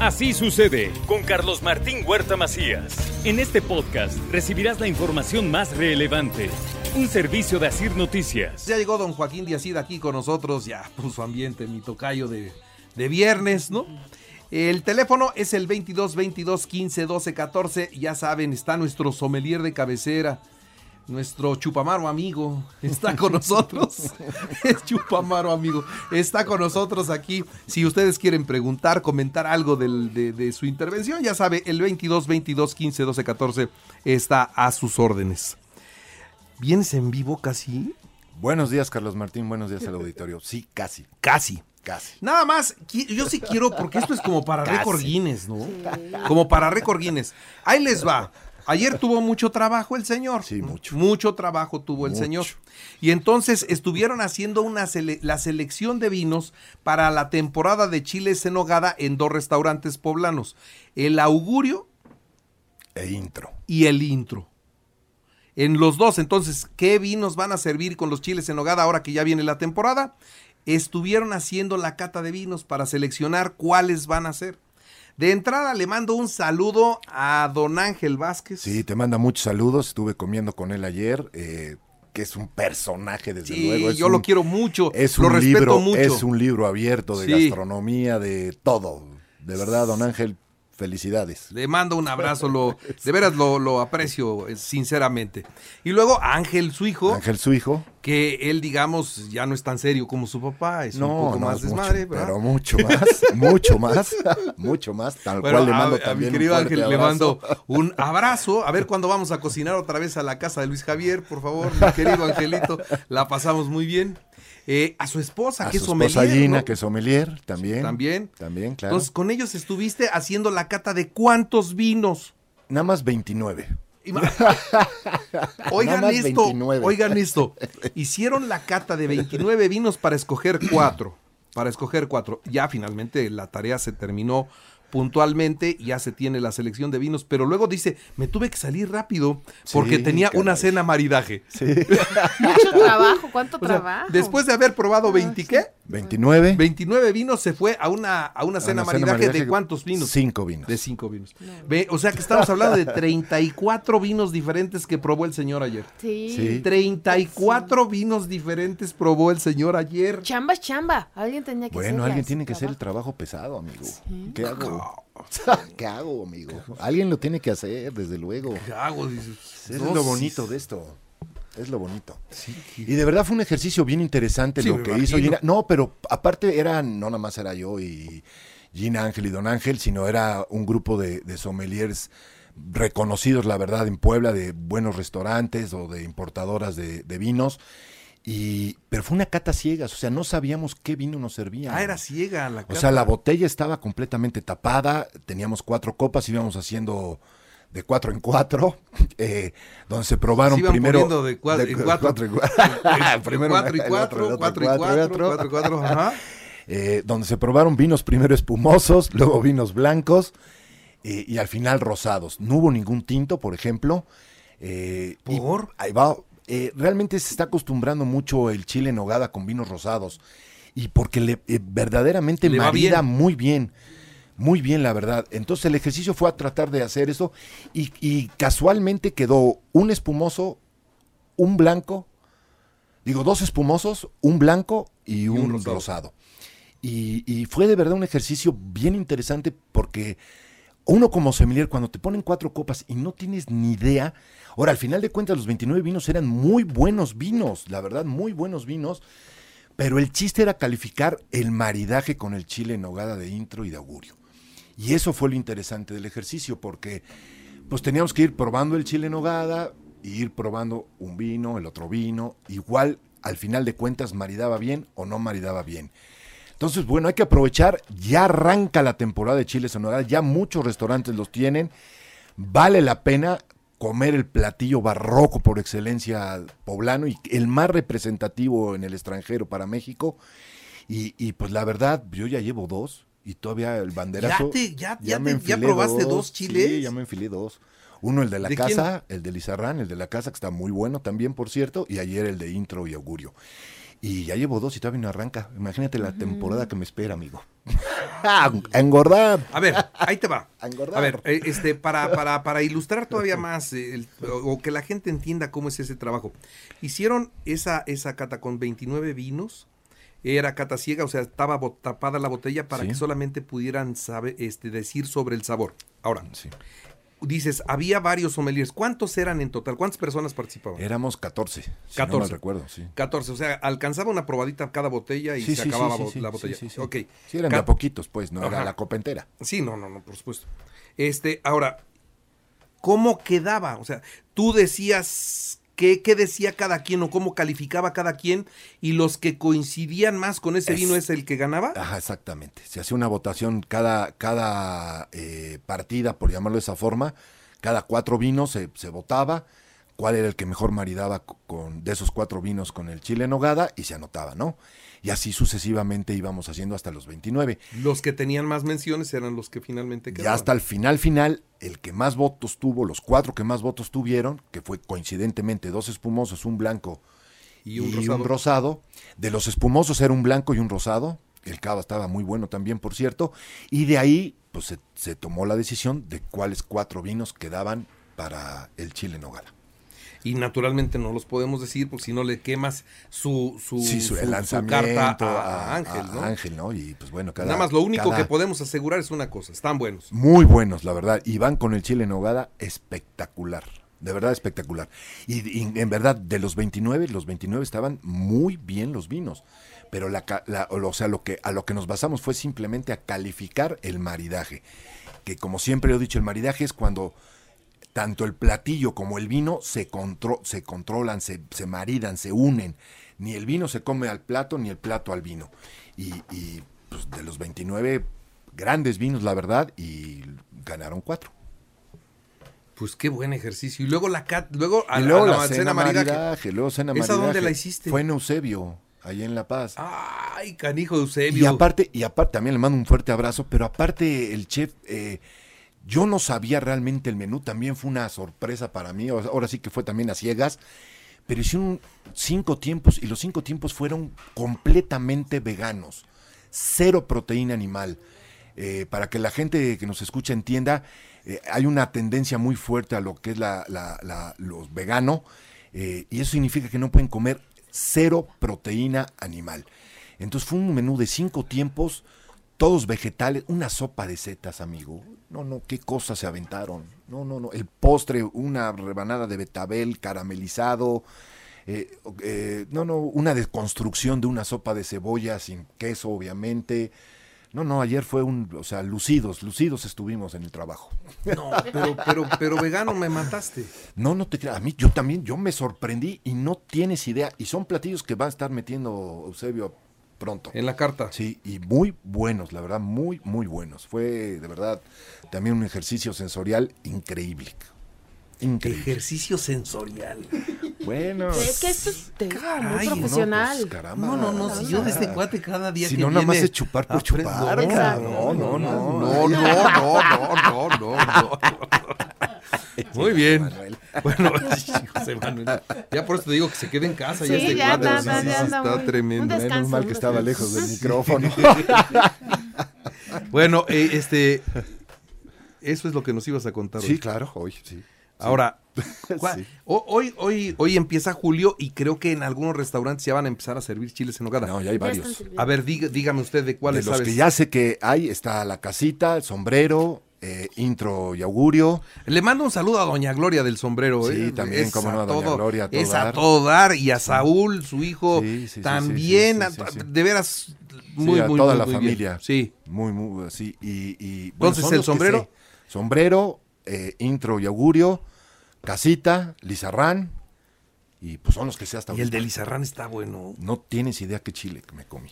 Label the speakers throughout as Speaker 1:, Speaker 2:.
Speaker 1: Así sucede con Carlos Martín Huerta Macías. En este podcast recibirás la información más relevante. Un servicio de Asir Noticias.
Speaker 2: Pues Ya llegó don Joaquín Díazid aquí con nosotros, ya puso ambiente mi tocayo de, de viernes, ¿no? El teléfono es el 22 22 15 12 14. Ya saben, está nuestro sommelier de cabecera, nuestro chupamaro amigo. Está con nosotros. Es chupamaro amigo. Está con nosotros aquí. Si ustedes quieren preguntar, comentar algo del- de, de su intervención, ya sabe, el 22 22 15 12 14 está a sus órdenes. ¿Vienes en vivo casi?
Speaker 3: Buenos días, Carlos Martín. Buenos días al auditorio. Sí, casi,
Speaker 2: Casi.
Speaker 3: casi.
Speaker 2: Nada más, qui- yo sí quiero, porque esto es como para récord Guinness, ¿no? Como para récord Guinness. Ahí les va. Ayer tuvo mucho trabajo el señor.
Speaker 3: Sí, mucho.
Speaker 2: Mucho trabajo tuvo el
Speaker 3: Mucho.
Speaker 2: señor. Y entonces estuvieron haciendo una sele- la selección de vinos para la temporada de chiles en hogada en dos restaurantes poblanos. El augurio
Speaker 3: E intro.
Speaker 2: y el intro. En los dos, entonces, ¿qué vinos van a servir con los chiles en nogada ahora que ya viene la temporada? Estuvieron haciendo la cata de vinos para seleccionar cuáles van a ser. De entrada le mando un saludo a don Ángel Vázquez.
Speaker 3: Sí, te manda muchos saludos. Estuve comiendo con él ayer, eh, que es un personaje, desde
Speaker 2: Sí,
Speaker 3: luego. Es
Speaker 2: yo
Speaker 3: un-
Speaker 2: lo quiero mucho,
Speaker 3: Es
Speaker 2: lo
Speaker 3: un
Speaker 2: respeto
Speaker 3: libro,
Speaker 2: mucho.
Speaker 3: es un libro abierto de
Speaker 2: Sí.
Speaker 3: gastronomía, de todo. De verdad, don Ángel, felicidades.
Speaker 2: Le mando un abrazo, lo, de veras lo, lo aprecio eh, sinceramente. Y luego Ángel, su hijo,
Speaker 3: Ángel, su hijo.
Speaker 2: que él, digamos, ya no es tan serio como su papá, es un poco más
Speaker 3: es mucho,
Speaker 2: desmadre, ¿verdad?
Speaker 3: pero mucho más, mucho más, mucho más. Tal
Speaker 2: Bueno,
Speaker 3: cual le
Speaker 2: a-
Speaker 3: mando
Speaker 2: a,
Speaker 3: también. un
Speaker 2: mi querido
Speaker 3: fuerte
Speaker 2: Ángel le
Speaker 3: abrazo.
Speaker 2: mando un abrazo. A ver cuándo vamos a cocinar otra vez a la casa de Luis Javier, por favor, mi querido Angelito. La pasamos muy bien. Eh, a su esposa,
Speaker 3: A
Speaker 2: que es
Speaker 3: su esposa
Speaker 2: sommelier,
Speaker 3: Gina,
Speaker 2: ¿no?
Speaker 3: que es sommelier, también.
Speaker 2: También.
Speaker 3: También, claro.
Speaker 2: Entonces, con ellos estuviste haciendo la cata de cuántos vinos.
Speaker 3: Nada más 29.
Speaker 2: Ima- Oigan
Speaker 3: Nada más
Speaker 2: esto,
Speaker 3: 29.
Speaker 2: oigan esto. Hicieron la cata de 29 vinos para escoger cuatro, para escoger cuatro. Ya finalmente la tarea se terminó puntualmente, ya se tiene la selección de vinos, pero luego dice, me tuve que salir rápido porque
Speaker 3: Sí,
Speaker 2: tenía una
Speaker 3: caray.
Speaker 2: cena maridaje.
Speaker 4: Mucho trabajo, ¿cuánto
Speaker 2: O sea,
Speaker 4: trabajo?
Speaker 2: después de haber probado 20 qué?
Speaker 3: 29.
Speaker 2: 29 vinos se fue a una a una cena
Speaker 3: Ana,
Speaker 2: maridaje,
Speaker 3: maridaje,
Speaker 2: de cuántos vinos?
Speaker 3: Cinco vinos.
Speaker 2: De cinco vinos. Ve, o sea que estamos hablando de 34 vinos diferentes que probó el señor ayer.
Speaker 4: Sí.
Speaker 3: Sí.
Speaker 2: 34 vinos diferentes probó el señor ayer.
Speaker 4: Chamba, es chamba. Alguien tenía que
Speaker 3: bueno,
Speaker 4: hacerla,
Speaker 3: alguien
Speaker 4: ese
Speaker 3: tiene que hacer el
Speaker 4: trabajo.
Speaker 3: trabajo pesado, amigo. ¿Qué hago? ¿Qué hago, amigo? Alguien lo tiene que hacer, desde luego.
Speaker 2: ¿Qué hago? Dice,
Speaker 3: Es
Speaker 2: no,
Speaker 3: lo
Speaker 2: sí,
Speaker 3: bonito de esto. Es lo bonito. Y de verdad fue un ejercicio bien interesante
Speaker 2: Sí, me
Speaker 3: lo que hizo
Speaker 2: imagino.
Speaker 3: Gina. No, pero aparte era, no nada más era yo y Gina Ángel y Don Ángel, sino era un grupo de, de sommeliers reconocidos, la verdad, en Puebla, de buenos restaurantes o de importadoras de, de vinos. Y, pero fue una cata ciegas, o sea, no sabíamos qué vino nos servía.
Speaker 2: Ah, era ciega la
Speaker 3: O
Speaker 2: cata.
Speaker 3: sea, la botella estaba completamente tapada, teníamos cuatro copas, íbamos haciendo de cuatro en cuatro, eh, donde se probaron
Speaker 2: Se iban
Speaker 3: primero...
Speaker 2: poniendo de cua- en
Speaker 3: cu-
Speaker 2: cuatro. Este,
Speaker 3: en cuatro. Primero
Speaker 2: cuatro y
Speaker 3: el
Speaker 2: cuatro,
Speaker 3: otro, el otro,
Speaker 2: cuatro y cuatro,
Speaker 3: el
Speaker 2: cuatro,
Speaker 3: otro.
Speaker 2: y cuatro, ajá.
Speaker 3: Eh, donde se probaron vinos primero espumosos, luego vinos blancos eh, y al final rosados. No hubo ningún tinto, por ejemplo. eh, y
Speaker 2: ¿Por?
Speaker 3: ahí va. eh, realmente se está acostumbrando mucho el chile en hogada con vinos rosados. Y porque le, eh, verdaderamente
Speaker 2: Le va
Speaker 3: marida
Speaker 2: bien.
Speaker 3: muy bien. Muy bien, la verdad. Entonces el ejercicio fue a tratar de hacer eso y, y casualmente quedó un espumoso, un blanco, digo dos espumosos, un blanco y un,
Speaker 2: un rosado.
Speaker 3: rosado. Y, y fue de verdad un ejercicio bien interesante porque uno como sommelier, cuando te ponen cuatro copas y no tienes ni idea, ahora al final de cuentas los 29 vinos eran muy buenos vinos, la verdad, muy buenos vinos, pero el chiste era calificar el maridaje con el chile en hogada de intro y de augurio. Y eso fue lo interesante del ejercicio porque pues teníamos que ir probando el chile en hogada, e ir probando un vino, el otro vino, igual al final de cuentas maridaba bien o no maridaba bien. Entonces, bueno, hay que aprovechar, ya arranca la temporada de chiles en hogada, ya muchos restaurantes los tienen, vale la pena comer el platillo barroco por excelencia poblano y el más representativo en el extranjero para México. Y, y, pues la verdad, yo ya llevo dos y todavía el banderazo.
Speaker 2: Ya te- ya- ya
Speaker 3: me
Speaker 2: te- ya
Speaker 3: enfilé
Speaker 2: probaste dos
Speaker 3: sí,
Speaker 2: chiles.
Speaker 3: ya me enfilé dos. Uno el de la
Speaker 2: ¿De quién?
Speaker 3: casa, el de Lizarrán, el de la casa que está muy bueno también, por cierto, y ayer el de intro y augurio. Y ya llevo dos y todavía no arranca. Imagínate
Speaker 2: Mm.
Speaker 3: la temporada que me espera, amigo. a engordar.
Speaker 2: A ver, ahí te va.
Speaker 3: A engordar.
Speaker 2: A ver, eh, este, para, para, para ilustrar todavía más eh, el- o, o que la gente entienda cómo es ese trabajo. Hicieron esa, esa cata con 29 vinos. Era cata ciega, o sea, estaba bo- tapada la botella para
Speaker 3: Sí.
Speaker 2: que solamente pudieran sabe- este, decir sobre el sabor. Ahora,
Speaker 3: Sí.
Speaker 2: dices, había varios sommeliers. ¿Cuántos eran en total? ¿Cuántas personas participaban?
Speaker 3: Éramos 14. Si No
Speaker 2: 14.
Speaker 3: mal recuerdo, sí.
Speaker 2: 14, o sea, alcanzaba una probadita cada botella y
Speaker 3: Sí,
Speaker 2: se
Speaker 3: sí, sí,
Speaker 2: acababa
Speaker 3: sí,
Speaker 2: bo-
Speaker 3: sí,
Speaker 2: la
Speaker 3: sí,
Speaker 2: botella.
Speaker 3: sí, sí.
Speaker 2: Ok.
Speaker 3: Sí, eran de
Speaker 2: Ca-
Speaker 3: a poquitos, pues, no era
Speaker 2: Ajá.
Speaker 3: la copa entera.
Speaker 2: Sí, no, no, no, por supuesto. Este, ahora, ¿cómo quedaba? O sea, tú decías qué, qué decía cada quien o cómo calificaba cada quien y los que coincidían más con ese
Speaker 3: Es- Ah.
Speaker 2: vino es el que ganaba.
Speaker 3: Ajá, exactamente. Se hacía una votación cada, cada eh, partida, por llamarlo de esa forma. Cada cuatro vinos se, se votaba cuál era el que mejor maridaba co- con, de esos cuatro vinos con el chile en nogada y se anotaba, ¿no? Y así sucesivamente íbamos haciendo hasta los 29.
Speaker 2: Los que tenían más menciones eran los que finalmente quedaban.
Speaker 3: Ya hasta el final final, el que más votos tuvo, los cuatro que más votos tuvieron, que fue coincidentemente dos espumosos, un blanco
Speaker 2: Y un rosado.
Speaker 3: rosado. De los espumosos era un blanco y un rosado. El cava estaba muy bueno también, por cierto. Y de ahí, pues se, se tomó la decisión de cuáles cuatro vinos quedaban para el chile en nogada.
Speaker 2: Y naturalmente no los podemos decir porque si no le quemas su, su,
Speaker 3: Sí, su,
Speaker 2: su-
Speaker 3: el
Speaker 2: su
Speaker 3: lanzamiento
Speaker 2: carta a, a Ángel, ¿no?
Speaker 3: a Ángel, ¿no? Y pues bueno, cada
Speaker 2: Nada más lo único
Speaker 3: cada-
Speaker 2: que podemos asegurar es una cosa, están buenos.
Speaker 3: Muy buenos, la verdad. Y van con el chile en nogada espectacular. De verdad espectacular. Y, y en verdad, de los 29, los 29 estaban muy bien los vinos. Pero la, ca- la- o sea, lo que, a lo que nos basamos fue simplemente a calificar el maridaje. Que como siempre he dicho, el maridaje es cuando tanto el platillo como el vino se, contro- se controlan, se, se maridan, se unen. Ni el vino se come al plato, ni el plato al vino. Y, y, pues, de los 29 grandes vinos, la verdad, y ganaron cuatro.
Speaker 2: Pues qué buen ejercicio. Y luego la cat, luego a,
Speaker 3: y
Speaker 2: la-
Speaker 3: luego
Speaker 2: a
Speaker 3: la,
Speaker 2: la,
Speaker 3: cena,
Speaker 2: maridaje.
Speaker 3: maridaje, luego cena
Speaker 2: ¿Esa
Speaker 3: maridaje.
Speaker 2: dónde la hiciste?
Speaker 3: Fue en Eusebio, ahí en La Paz.
Speaker 2: Ay, canijo de Eusebio.
Speaker 3: Y aparte, y aparte, también le mando un fuerte abrazo, pero aparte el chef, eh, yo no sabía realmente el menú, también fue una sorpresa para mí, o- ahora sí que fue también a ciegas, pero hicieron cinco tiempos y los cinco tiempos fueron completamente veganos, cero proteína animal. Eh, para que la gente que nos escucha entienda, eh, hay una tendencia muy fuerte a lo que es la, la- la- los vegano, eh, y eso significa que no pueden comer cero proteína animal. Entonces fue un menú de cinco tiempos, todos vegetales, una sopa de setas, amigo. No, no, qué cosas se aventaron. No, no, no. El postre, una rebanada de betabel caramelizado. eh, eh, no, no, una desconstrucción de una sopa de cebolla sin queso, obviamente. No, no, ayer fue un, o sea, lucidos, lucidos estuvimos en el trabajo.
Speaker 2: No, pero, pero, pero vegano me mataste.
Speaker 3: No, no te creas. A mí, yo también, yo me sorprendí y no tienes idea. Y son platillos que va a estar metiendo Eusebio pronto.
Speaker 2: En la carta.
Speaker 3: Sí, y muy buenos, la verdad, muy, muy buenos. Fue, de verdad, también un ejercicio sensorial increíble. Increíble.
Speaker 2: Ejercicio sensorial.
Speaker 3: Bueno.
Speaker 4: Es que esto es te digo, muy
Speaker 2: Caray, no, pues,
Speaker 4: profesional.
Speaker 3: caramba.
Speaker 2: No, no, no. Si yo de este cuate cada día
Speaker 3: Ah, Si
Speaker 2: que
Speaker 3: no, nada más
Speaker 2: viene,
Speaker 3: es chupar por
Speaker 2: aprendo.
Speaker 3: chupar.
Speaker 2: No,
Speaker 3: cabrón.
Speaker 2: no, no, no,
Speaker 3: no, no.
Speaker 2: no, no, no, no. Muy bien.
Speaker 3: Manuel.
Speaker 2: Bueno, hijos de Manuel. ya por eso te digo que se quede en casa.
Speaker 4: Sí,
Speaker 2: ya este
Speaker 4: ya,
Speaker 2: cuate,
Speaker 4: ya,
Speaker 2: sí,
Speaker 4: ya,
Speaker 2: sí,
Speaker 4: ya
Speaker 2: sí,
Speaker 4: anda
Speaker 2: está
Speaker 4: muy-
Speaker 2: tremendo.
Speaker 4: un descanso.
Speaker 3: Menos mal que estaba lejos del micrófono.
Speaker 2: Bueno, eh, este, eso es lo que nos ibas a contar. hoy.
Speaker 3: Sí, claro, hoy, sí.
Speaker 2: Ahora, ¿cuá-
Speaker 3: Sí.
Speaker 2: ho- hoy, hoy, hoy empieza julio y creo que en algunos restaurantes ya van a empezar a servir chiles en hogada.
Speaker 3: No, ya hay varios.
Speaker 2: a ver, diga- dígame usted de
Speaker 3: De
Speaker 2: cuáles
Speaker 3: los
Speaker 2: sabes.
Speaker 3: que ya sé que hay, está la casita, el sombrero, eh, intro y augurio.
Speaker 2: Le mando un saludo a Doña Gloria del sombrero.
Speaker 3: Sí,
Speaker 2: eh.
Speaker 3: también, cómo no, a Doña Gloria, a todo
Speaker 2: es a
Speaker 3: dar.
Speaker 2: todo dar y a Saúl, su hijo,
Speaker 3: Sí, sí, sí, sí,
Speaker 2: también,
Speaker 3: sí,
Speaker 2: a-
Speaker 3: sí, sí, sí.
Speaker 2: de veras, muy,
Speaker 3: a
Speaker 2: muy,
Speaker 3: toda
Speaker 2: muy,
Speaker 3: la
Speaker 2: muy bien.
Speaker 3: familia.
Speaker 2: Sí.
Speaker 3: Muy, muy, sí. Y, y,
Speaker 2: Entonces,
Speaker 3: son
Speaker 2: ¿el
Speaker 3: los que
Speaker 2: sombrero?
Speaker 3: sé. Sombrero, eh, intro y augurio, casita, lizarrán. Y pues son los que sé hasta
Speaker 2: Y el
Speaker 3: ahorita.
Speaker 2: de Lizarrán está bueno.
Speaker 3: No tienes idea qué chile que me comí.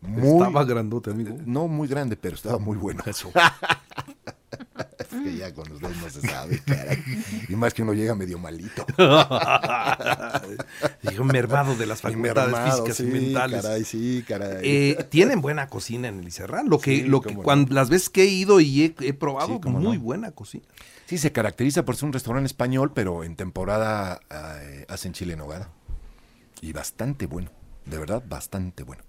Speaker 3: Muy,
Speaker 2: Estaba grandote, amigo.
Speaker 3: no muy grande, pero estaba muy bueno. Es que ya con los dos no se sabe, caray. Y más que uno llega medio malito.
Speaker 2: Digo, mermado de las facultades
Speaker 3: mermado,
Speaker 2: físicas
Speaker 3: sí,
Speaker 2: y mentales.
Speaker 3: Caray, sí, caray.
Speaker 2: Eh, tienen buena cocina en Elizarrán. Lo que,
Speaker 3: Sí,
Speaker 2: lo que
Speaker 3: cómo no.
Speaker 2: cuando, las veces que he ido y he, he probado,
Speaker 3: Sí, cómo
Speaker 2: muy
Speaker 3: no.
Speaker 2: buena cocina.
Speaker 3: Sí, se caracteriza por ser un restaurante español, pero en temporada eh, hacen chile en nogada. Y bastante bueno. de verdad, bastante bueno.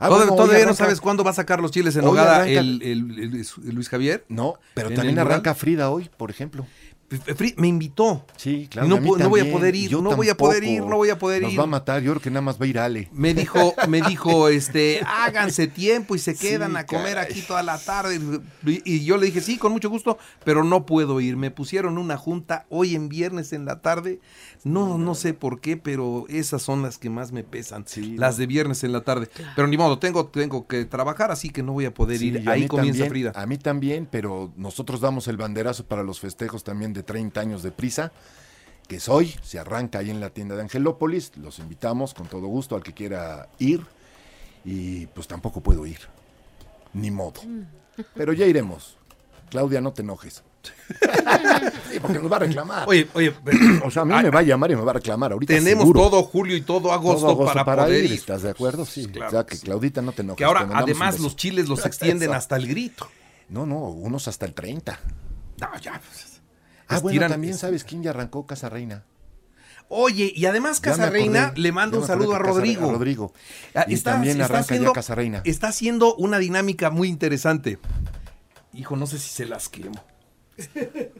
Speaker 3: Ah,
Speaker 2: Todavía,
Speaker 3: bueno, hoy
Speaker 2: todavía no
Speaker 3: arranca-
Speaker 2: sabes cuándo va a sacar los chiles en
Speaker 3: Hoy
Speaker 2: nogada
Speaker 3: arranca-
Speaker 2: el, el- el- el Luis Javier.
Speaker 3: No, pero
Speaker 2: en
Speaker 3: también
Speaker 2: el mural.
Speaker 3: arranca Frida hoy, por ejemplo.
Speaker 2: F- Fri- Me invitó.
Speaker 3: Sí,
Speaker 2: claro, no
Speaker 3: mí
Speaker 2: pu- no voy a
Speaker 3: también,
Speaker 2: poder ir,
Speaker 3: yo
Speaker 2: no voy a poder
Speaker 3: tampoco.
Speaker 2: ir, no voy a poder
Speaker 3: Nos
Speaker 2: ir.
Speaker 3: va a matar, yo creo que nada más va a ir Ale.
Speaker 2: Me dijo, me dijo, este, háganse tiempo y se
Speaker 3: Sí,
Speaker 2: quedan a comer
Speaker 3: caray.
Speaker 2: aquí toda la tarde. Y, y yo le dije, sí, con mucho gusto, pero no puedo ir. Me pusieron una junta hoy en viernes en la tarde.
Speaker 3: Mm.
Speaker 2: No, no sé por qué, pero esas son las que más me pesan,
Speaker 3: Sí,
Speaker 2: las de viernes en la tarde. Pero ni modo, tengo, tengo que trabajar, así que no voy a poder
Speaker 3: Sí, y
Speaker 2: ir.
Speaker 3: a
Speaker 2: Ahí
Speaker 3: mí
Speaker 2: comienza
Speaker 3: también,
Speaker 2: Frida.
Speaker 3: A mí también, pero nosotros damos el banderazo para los festejos también de 30 años de prisa, que es hoy, se arranca ahí en la tienda de Angelópolis, los invitamos con todo gusto al que quiera ir, y pues tampoco puedo ir, ni modo. Pero ya iremos. Claudia, no te enojes. sí, porque nos va a reclamar.
Speaker 2: Oye, oye,
Speaker 3: o sea, a mí me va a llamar y me va a reclamar ahorita.
Speaker 2: tenemos
Speaker 3: seguro.
Speaker 2: todo julio y todo agosto,
Speaker 3: Todo agosto
Speaker 2: para, poder ir.
Speaker 3: ¿Estás de acuerdo? Sí,
Speaker 2: Claro
Speaker 3: o sea,
Speaker 2: que
Speaker 3: que
Speaker 2: sí.
Speaker 3: Claudita no te enojes.
Speaker 2: Que ahora,
Speaker 3: te mandamos un
Speaker 2: además,
Speaker 3: beso.
Speaker 2: los chiles los extienden
Speaker 3: Eso.
Speaker 2: hasta el grito.
Speaker 3: No, no, unos hasta el 30.
Speaker 2: No, ya. pues,
Speaker 3: Ah, bueno,
Speaker 2: estiran-
Speaker 3: también sabes quién ya arrancó Casa Reina.
Speaker 2: Oye, y además
Speaker 3: Ya me
Speaker 2: Casa Reina
Speaker 3: acordé,
Speaker 2: le mando un
Speaker 3: ya me acordé
Speaker 2: saludo a
Speaker 3: que Casa Re-
Speaker 2: Rodrigo.
Speaker 3: Rodrigo.
Speaker 2: Ah,
Speaker 3: Y también arranca
Speaker 2: haciendo-
Speaker 3: ya Casa Reina.
Speaker 2: Está haciendo una dinámica muy interesante. Hijo, no sé si se las quemo.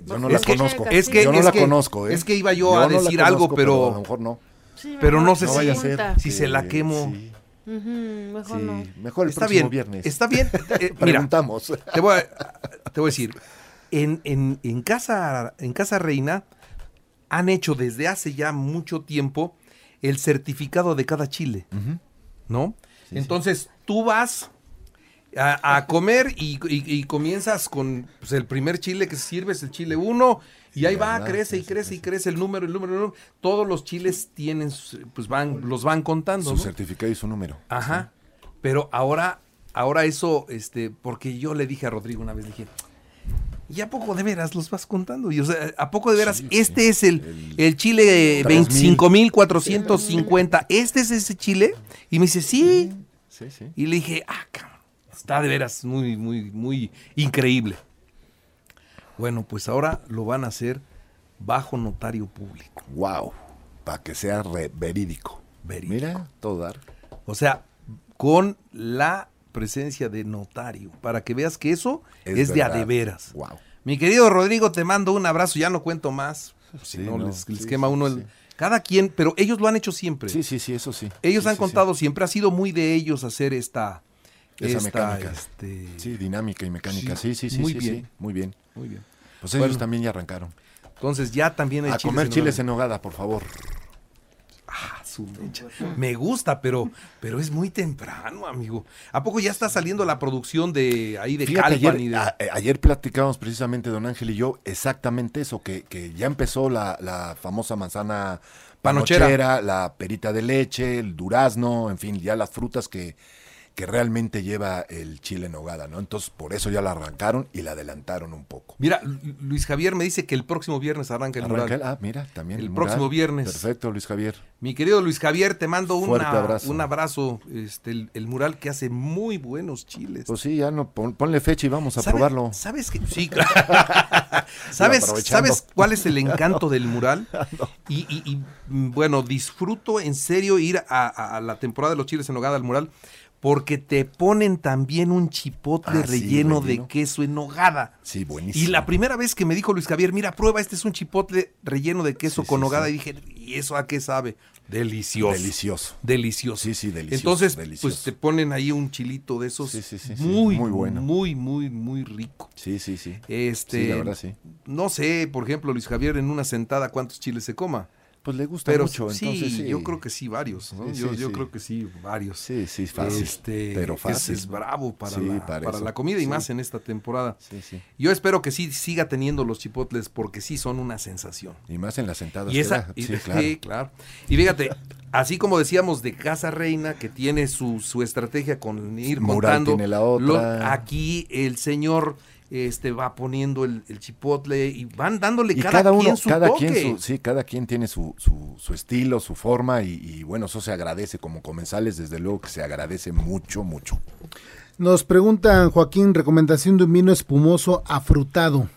Speaker 3: Yo no
Speaker 2: Es
Speaker 3: la
Speaker 2: que-
Speaker 3: conozco.
Speaker 2: es que-
Speaker 3: yo no
Speaker 2: es
Speaker 3: la
Speaker 2: que-
Speaker 3: conozco, ¿eh?
Speaker 2: es que iba yo
Speaker 3: no
Speaker 2: a
Speaker 3: la
Speaker 2: decir algo, pero-
Speaker 3: A lo mejor no.
Speaker 4: Sí,
Speaker 2: Pero
Speaker 4: mejor
Speaker 2: no sé
Speaker 3: No
Speaker 2: Sí,
Speaker 3: vaya a
Speaker 4: pregunta.
Speaker 3: ser.
Speaker 2: si se la quemo.
Speaker 3: Sí,
Speaker 4: Ujú, mejor
Speaker 3: sí.
Speaker 4: no.
Speaker 3: Mejor el
Speaker 2: está bien.
Speaker 3: próximo viernes.
Speaker 2: Está bien. Eh, mira,
Speaker 3: Preguntamos.
Speaker 2: te voy a, te voy a decir. En, en- en casa, en casa Reina han hecho desde hace ya mucho tiempo el certificado de cada chile.
Speaker 3: Ujú.
Speaker 2: ¿no?
Speaker 3: Sí,
Speaker 2: Entonces tú vas a, a comer y, y- y comienzas con pues, el primer chile que se sirve, es el chile 1, y ahí
Speaker 3: Y
Speaker 2: va,
Speaker 3: además,
Speaker 2: crece y
Speaker 3: crece,
Speaker 2: crece y crece el número, el número, el número. Todos los chiles tienen, su- pues van, los van contando.
Speaker 3: Su
Speaker 2: ¿no?
Speaker 3: certificado y su número.
Speaker 2: Ajá. Pero ahora, ahora eso, este, porque yo le dije a Rodrigo una vez, le dije, ¿y a poco de veras los vas contando? Y, o sea, ¿a poco de veras?
Speaker 3: Sí,
Speaker 2: este
Speaker 3: sí.
Speaker 2: es el,
Speaker 3: El-
Speaker 2: el chile 25.450. ¿Este es ese chile? Y me dice, sí.
Speaker 3: Sí, sí.
Speaker 2: Y le dije, ah, cabrón, está de veras muy, muy, muy increíble. Bueno, pues ahora lo van a hacer bajo notario público.
Speaker 3: Wow. Para que sea re- verídico.
Speaker 2: Verídico.
Speaker 3: Mira, todo dar.
Speaker 2: O sea, con la presencia de notario, para que veas que eso es, de a
Speaker 3: verdad.
Speaker 2: de veras.
Speaker 3: Wow.
Speaker 2: Mi querido Rodrigo, te mando un abrazo, ya no cuento más. Si
Speaker 3: Sí,
Speaker 2: no,
Speaker 3: no,
Speaker 2: les, les
Speaker 3: sí,
Speaker 2: quema
Speaker 3: sí,
Speaker 2: uno
Speaker 3: sí.
Speaker 2: el. Cada quien, pero ellos lo han hecho siempre.
Speaker 3: Sí, sí, sí, eso sí.
Speaker 2: ellos
Speaker 3: Sí,
Speaker 2: han
Speaker 3: sí, sí.
Speaker 2: contado siempre, ha sido muy de ellos hacer esta.
Speaker 3: Esa
Speaker 2: esta,
Speaker 3: mecánica.
Speaker 2: este,
Speaker 3: Sí, dinámica y mecánica.
Speaker 2: Sí,
Speaker 3: Sí, sí, sí.
Speaker 2: muy
Speaker 3: sí,
Speaker 2: bien.
Speaker 3: sí, muy bien.
Speaker 2: Muy bien.
Speaker 3: Pues ellos
Speaker 2: Bueno.
Speaker 3: también ya arrancaron.
Speaker 2: Entonces ya también hay
Speaker 3: A
Speaker 2: chiles
Speaker 3: comer
Speaker 2: en
Speaker 3: chiles
Speaker 2: nogada.
Speaker 3: en hogada, por favor.
Speaker 2: Ah, su mecha. Me gusta, pero, pero es muy temprano, amigo. ¿A poco ya está saliendo la producción de ahí de
Speaker 3: Fíjate,
Speaker 2: Calpan
Speaker 3: ayer,
Speaker 2: y de-
Speaker 3: a- eh, ayer platicábamos precisamente don Ángel y yo exactamente eso, que, que ya empezó la, la famosa manzana
Speaker 2: Panochera.
Speaker 3: panochera, la perita de leche, el durazno, en fin, ya las frutas que, que realmente lleva el chile en hogada, ¿no? Entonces, por eso ya la arrancaron y la adelantaron un poco.
Speaker 2: Mira, Lu- Luis Javier me dice que el próximo viernes arranca el
Speaker 3: Arranca
Speaker 2: mural.
Speaker 3: el- ah, mira, también
Speaker 2: El
Speaker 3: mural.
Speaker 2: próximo viernes.
Speaker 3: Perfecto, Luis Javier.
Speaker 2: Mi querido Luis Javier, te mando una-
Speaker 3: Fuerte abrazo.
Speaker 2: un abrazo. Este, el, el mural que hace muy buenos chiles.
Speaker 3: Pues sí, ya no, pon- ponle fecha y vamos a
Speaker 2: ¿Sabe-
Speaker 3: probarlo.
Speaker 2: ¿Sabes qué? Sí, claro. ¿Sabes,
Speaker 3: aprovechando.
Speaker 2: ¿Sabes cuál es el encanto del mural? Y, y- y, mm, bueno, disfruto en serio ir a, a- a la temporada de los chiles en nogada al mural porque te ponen también un chipotle
Speaker 3: Ah, sí,
Speaker 2: relleno, de
Speaker 3: relleno.
Speaker 2: queso en nogada.
Speaker 3: Sí, buenísimo.
Speaker 2: Y la primera vez que me dijo Luis Javier, mira, prueba, este es un chipotle relleno de queso
Speaker 3: Sí,
Speaker 2: con
Speaker 3: sí,
Speaker 2: nogada.
Speaker 3: sí.
Speaker 2: Y dije, ¿y eso a qué sabe? Delicioso.
Speaker 3: Delicioso.
Speaker 2: Delicioso.
Speaker 3: Sí, sí, delicioso,
Speaker 2: Entonces, pues
Speaker 3: delicioso.
Speaker 2: te ponen ahí un chilito de esos.
Speaker 3: Sí, sí, sí, sí,
Speaker 2: muy,
Speaker 3: muy
Speaker 2: bueno.
Speaker 3: bueno.
Speaker 2: Muy, muy, muy rico.
Speaker 3: Sí, sí, sí.
Speaker 2: Este,
Speaker 3: Sí, la verdad, sí.
Speaker 2: No sé, por ejemplo, Luis Javier, en una sentada, cuántos chiles se coma.
Speaker 3: Pues le gusta
Speaker 2: Pero
Speaker 3: mucho,
Speaker 2: sí,
Speaker 3: entonces sí.
Speaker 2: yo creo que sí, varios. ¿no?
Speaker 3: Sí,
Speaker 2: yo
Speaker 3: sí,
Speaker 2: yo
Speaker 3: sí.
Speaker 2: creo que sí, varios.
Speaker 3: Sí, sí, fácil.
Speaker 2: Este,
Speaker 3: pero
Speaker 2: ese
Speaker 3: fácil.
Speaker 2: Es, bravo para,
Speaker 3: Sí,
Speaker 2: la,
Speaker 3: para
Speaker 2: para
Speaker 3: eso.
Speaker 2: la comida y
Speaker 3: Sí.
Speaker 2: más en esta temporada.
Speaker 3: Sí, sí.
Speaker 2: Yo espero que sí siga teniendo los chipotles porque sí son una sensación.
Speaker 3: Y más en las sentadas.
Speaker 2: Y
Speaker 3: que
Speaker 2: esa,
Speaker 3: da.
Speaker 2: y-
Speaker 3: sí, claro.
Speaker 2: sí, claro. Y fíjate, así como decíamos de Casa Reina, que tiene su, su estrategia con ir
Speaker 3: Mural
Speaker 2: montando.
Speaker 3: tiene la otra.
Speaker 2: aquí el señor este, va poniendo el, el chipotle y van dándole
Speaker 3: Y
Speaker 2: cada,
Speaker 3: cada uno,
Speaker 2: quien su
Speaker 3: cada
Speaker 2: toque.
Speaker 3: quien su, sí, cada quien tiene su, su, su estilo, su forma y, y bueno, eso se agradece como comensales, desde luego que se agradece mucho, mucho.
Speaker 5: Nos preguntan, Joaquín, recomendación de un vino espumoso afrutado.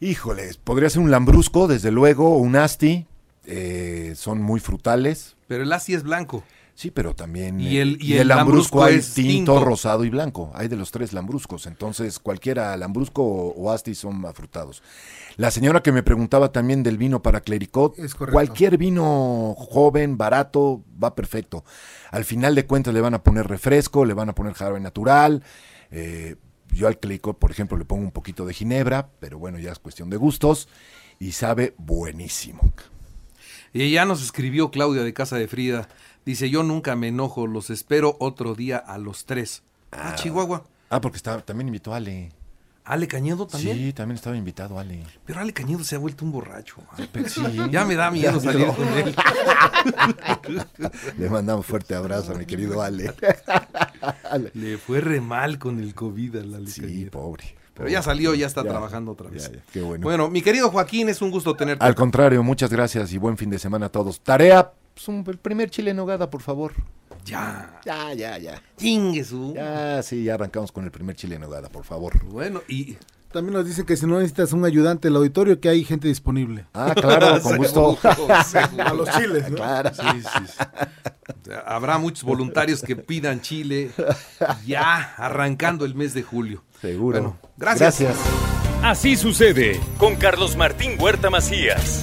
Speaker 3: Híjoles, podría ser un lambrusco, desde luego, o un asti, eh, son muy frutales.
Speaker 2: Pero el así es blanco.
Speaker 3: Sí, pero también.
Speaker 2: Y
Speaker 3: eh,
Speaker 2: el- y el lambrusco
Speaker 3: hay
Speaker 2: es
Speaker 3: tinto,
Speaker 2: tinto.
Speaker 3: rosado y blanco. Hay de los tres lambruscos. Entonces, cualquiera, lambrusco o, o asti son afrutados. La señora que me preguntaba también del vino para clericot.
Speaker 5: Es correcto.
Speaker 3: Cualquier vino joven, barato, va perfecto. Al final de cuentas, le van a poner refresco, le van a poner jarabe natural. eh, yo al clericot, por ejemplo, le pongo un poquito de ginebra, pero bueno, ya es cuestión de gustos. Y sabe buenísimo.
Speaker 2: Y ya nos escribió Claudia de Casa de Frida. Dice, yo nunca me enojo, los espero otro día a los tres. Ah, Chihuahua.
Speaker 3: Ah, porque está, también invitó a Ale.
Speaker 2: Ale Cañedo también.
Speaker 3: Sí, también estaba invitado Ale.
Speaker 2: Pero Ale Cañedo se ha vuelto un borracho. man.
Speaker 3: Pe- sí.
Speaker 2: Ya me da miedo salir con él.
Speaker 3: Le mandamos fuerte abrazo a mi querido Ale.
Speaker 2: Le fue re mal con el COVID a la Ale
Speaker 3: Sí,
Speaker 2: Cañedo.
Speaker 3: pobre.
Speaker 2: Pero
Speaker 3: pobre.
Speaker 2: ya salió, ya está trabajando otra
Speaker 3: ya,
Speaker 2: vez.
Speaker 3: ya, qué bueno.
Speaker 2: Bueno, mi querido Joaquín, es un gusto tenerte.
Speaker 3: Al contrario, muchas gracias y buen fin de semana a todos. Tarea, pues, un- el primer chile en hogada, por favor.
Speaker 2: Ya.
Speaker 3: Ya, ya, ya.
Speaker 2: Chingue su.
Speaker 3: Ya, sí, ya arrancamos con el primer chile en hogada, por favor.
Speaker 2: Bueno, y
Speaker 5: También nos dicen que si no necesitas un ayudante del auditorio, que hay gente disponible.
Speaker 3: Ah, claro, con gusto. Ah,
Speaker 5: A los chiles, ¿no?
Speaker 3: Claro.
Speaker 2: Sí, sí, sí. Habrá muchos voluntarios que pidan Chile ya arrancando el mes de julio.
Speaker 3: Seguro.
Speaker 2: Bueno, gracias.
Speaker 3: Gracias.
Speaker 1: Así sucede con Carlos Martín Huerta Macías.